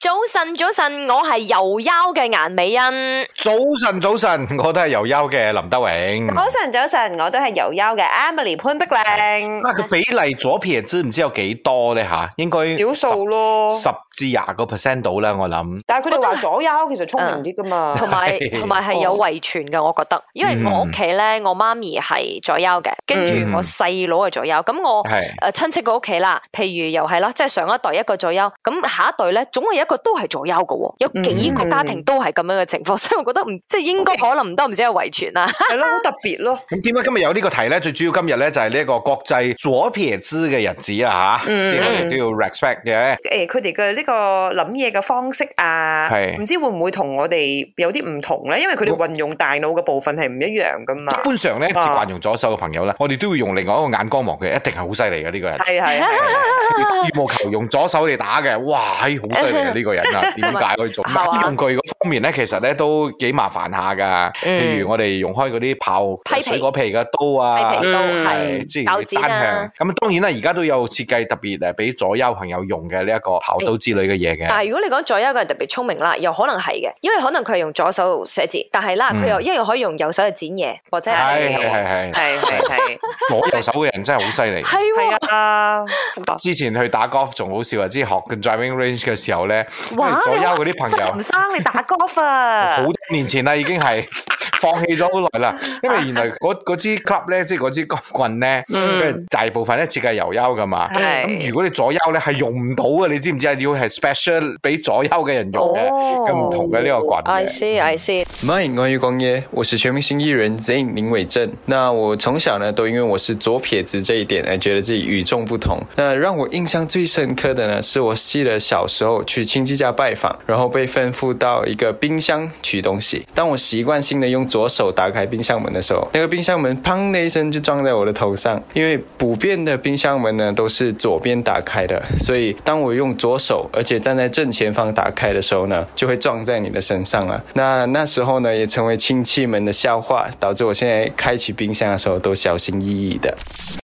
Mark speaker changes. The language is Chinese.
Speaker 1: 早晨，早晨，我係油腰嘅顏美 欣。
Speaker 2: 早晨，早晨，我都系由優嘅林德榮。
Speaker 3: 早晨，早晨，我都係悠悠嘅 Emily 潘碧玲，
Speaker 2: 啊，佢比例左撇子唔知有幾多咧吓？應該
Speaker 3: 少數咯。
Speaker 2: 十至廿個 percent 到啦，我諗。
Speaker 3: 但係佢哋話左優其實聰明啲噶嘛，
Speaker 1: 同埋
Speaker 2: 係
Speaker 1: 同埋係有遺傳嘅，我覺得，因為我屋企咧，我媽咪係左右嘅，跟住
Speaker 2: 嗯
Speaker 1: 我細佬係左右，咁
Speaker 3: 哦
Speaker 1: 我誒
Speaker 2: 係
Speaker 1: 親戚個屋企啦，譬如又係啦，即係上一代一個左右，咁下一代咧，總有一個都係左右嘅喎，
Speaker 2: 嗯
Speaker 1: 有幾個家庭都係咁樣嘅情況， 所以我覺得唔即係應該可能唔多唔少係遺傳啊啦。
Speaker 3: 係咯，好特別咯。
Speaker 2: 咁點解今日有呢個題咧？最主要今日咧就係呢一個國際左撇子嘅日子啊吓，
Speaker 3: 嗯
Speaker 2: 即係我哋都要 respect 嘅。
Speaker 3: 誒，佢哋嘅呢個諗嘢嘅方式啊
Speaker 2: 係，
Speaker 3: 唔知會唔會同我哋有啲唔同咧？因為佢哋運用大腦嘅部分係唔一樣 噶嘛
Speaker 2: 一。般上咧，習
Speaker 3: 啊
Speaker 2: 慣用左手嘅朋友咧，我哋都會用另外一個眼光望佢，一定係好犀利嘅呢個 人。
Speaker 3: 係係
Speaker 2: 羽
Speaker 3: 係
Speaker 2: 羽毛球用左手嚟打嘅，哇，係好犀利啊！呢個人 啊，點解可以做？
Speaker 1: 係嘛
Speaker 2: 啲用具嗰方面咧，其實咧都幾麻煩下噶。
Speaker 1: 嗯
Speaker 2: 譬如我哋用開嗰啲
Speaker 1: 批
Speaker 2: 刨
Speaker 1: 皮
Speaker 2: 水果皮嘅刀啊
Speaker 1: 批皮，刀
Speaker 3: 嗯
Speaker 2: 係
Speaker 1: 係
Speaker 2: 即
Speaker 1: 鉸
Speaker 2: 係
Speaker 1: 剪
Speaker 2: 單
Speaker 1: 啊
Speaker 2: 向。。咁當然啦，而家都有設計特別誒俾左右朋友用嘅呢一個刨刀之類嘅嘢
Speaker 1: 但
Speaker 2: 嘅。
Speaker 1: 係如果你講左右嘅人特別聰明啦，又可能係嘅，因為可能佢係用左手寫字，但係啦，
Speaker 2: 嗯
Speaker 1: 佢又一樣可以用右手去剪嘢，或者
Speaker 2: 係
Speaker 1: 係
Speaker 2: 係 係係，
Speaker 3: 係係
Speaker 2: 左右手嘅人真係好犀利。
Speaker 1: 係喎
Speaker 3: 係啊！
Speaker 2: 之前去打 golf 仲好笑啊！之前學緊 driving range 嘅時候咧，
Speaker 3: 哇
Speaker 2: 左右嗰啲
Speaker 3: 失
Speaker 2: 朋友
Speaker 3: 林。生 你打 golf 啊
Speaker 2: 好？多年前啦，已經 係放棄咗好耐啦，因為原來嗰嗰支 club 咧，即係嗰支鋼棍咧，
Speaker 3: 嗯
Speaker 2: 大部分咧設計右優噶嘛。
Speaker 3: 係
Speaker 2: 咁如果你左優咧係用唔到嘅，你知唔知啊？要係 special 俾左優嘅人用嘅，
Speaker 1: 哦
Speaker 2: 咁唔同嘅呢個棍
Speaker 1: ，I
Speaker 2: 嘅。
Speaker 1: see I see。
Speaker 4: Mine，我係光耶，我是全明星藝人 Zayn 林伟正。那我从小呢，都因为我是左撇子这一点而觉得自己与众不同。那让我印象最深刻的呢，是我记得小时候去亲戚家拜访，然后被吩咐到一个冰箱取东西。当我习惯性的用左手打开冰箱门的时候，那个冰箱门砰的一声就撞在我的头上。因为普遍的冰箱门呢都是左边打开的，所以当我用左手，而且站在正前方打开的时候呢，就会撞在你的身上了。那那时候呢，也成为亲戚们的笑话，导致我现在开启冰箱的时候都小心翼翼的。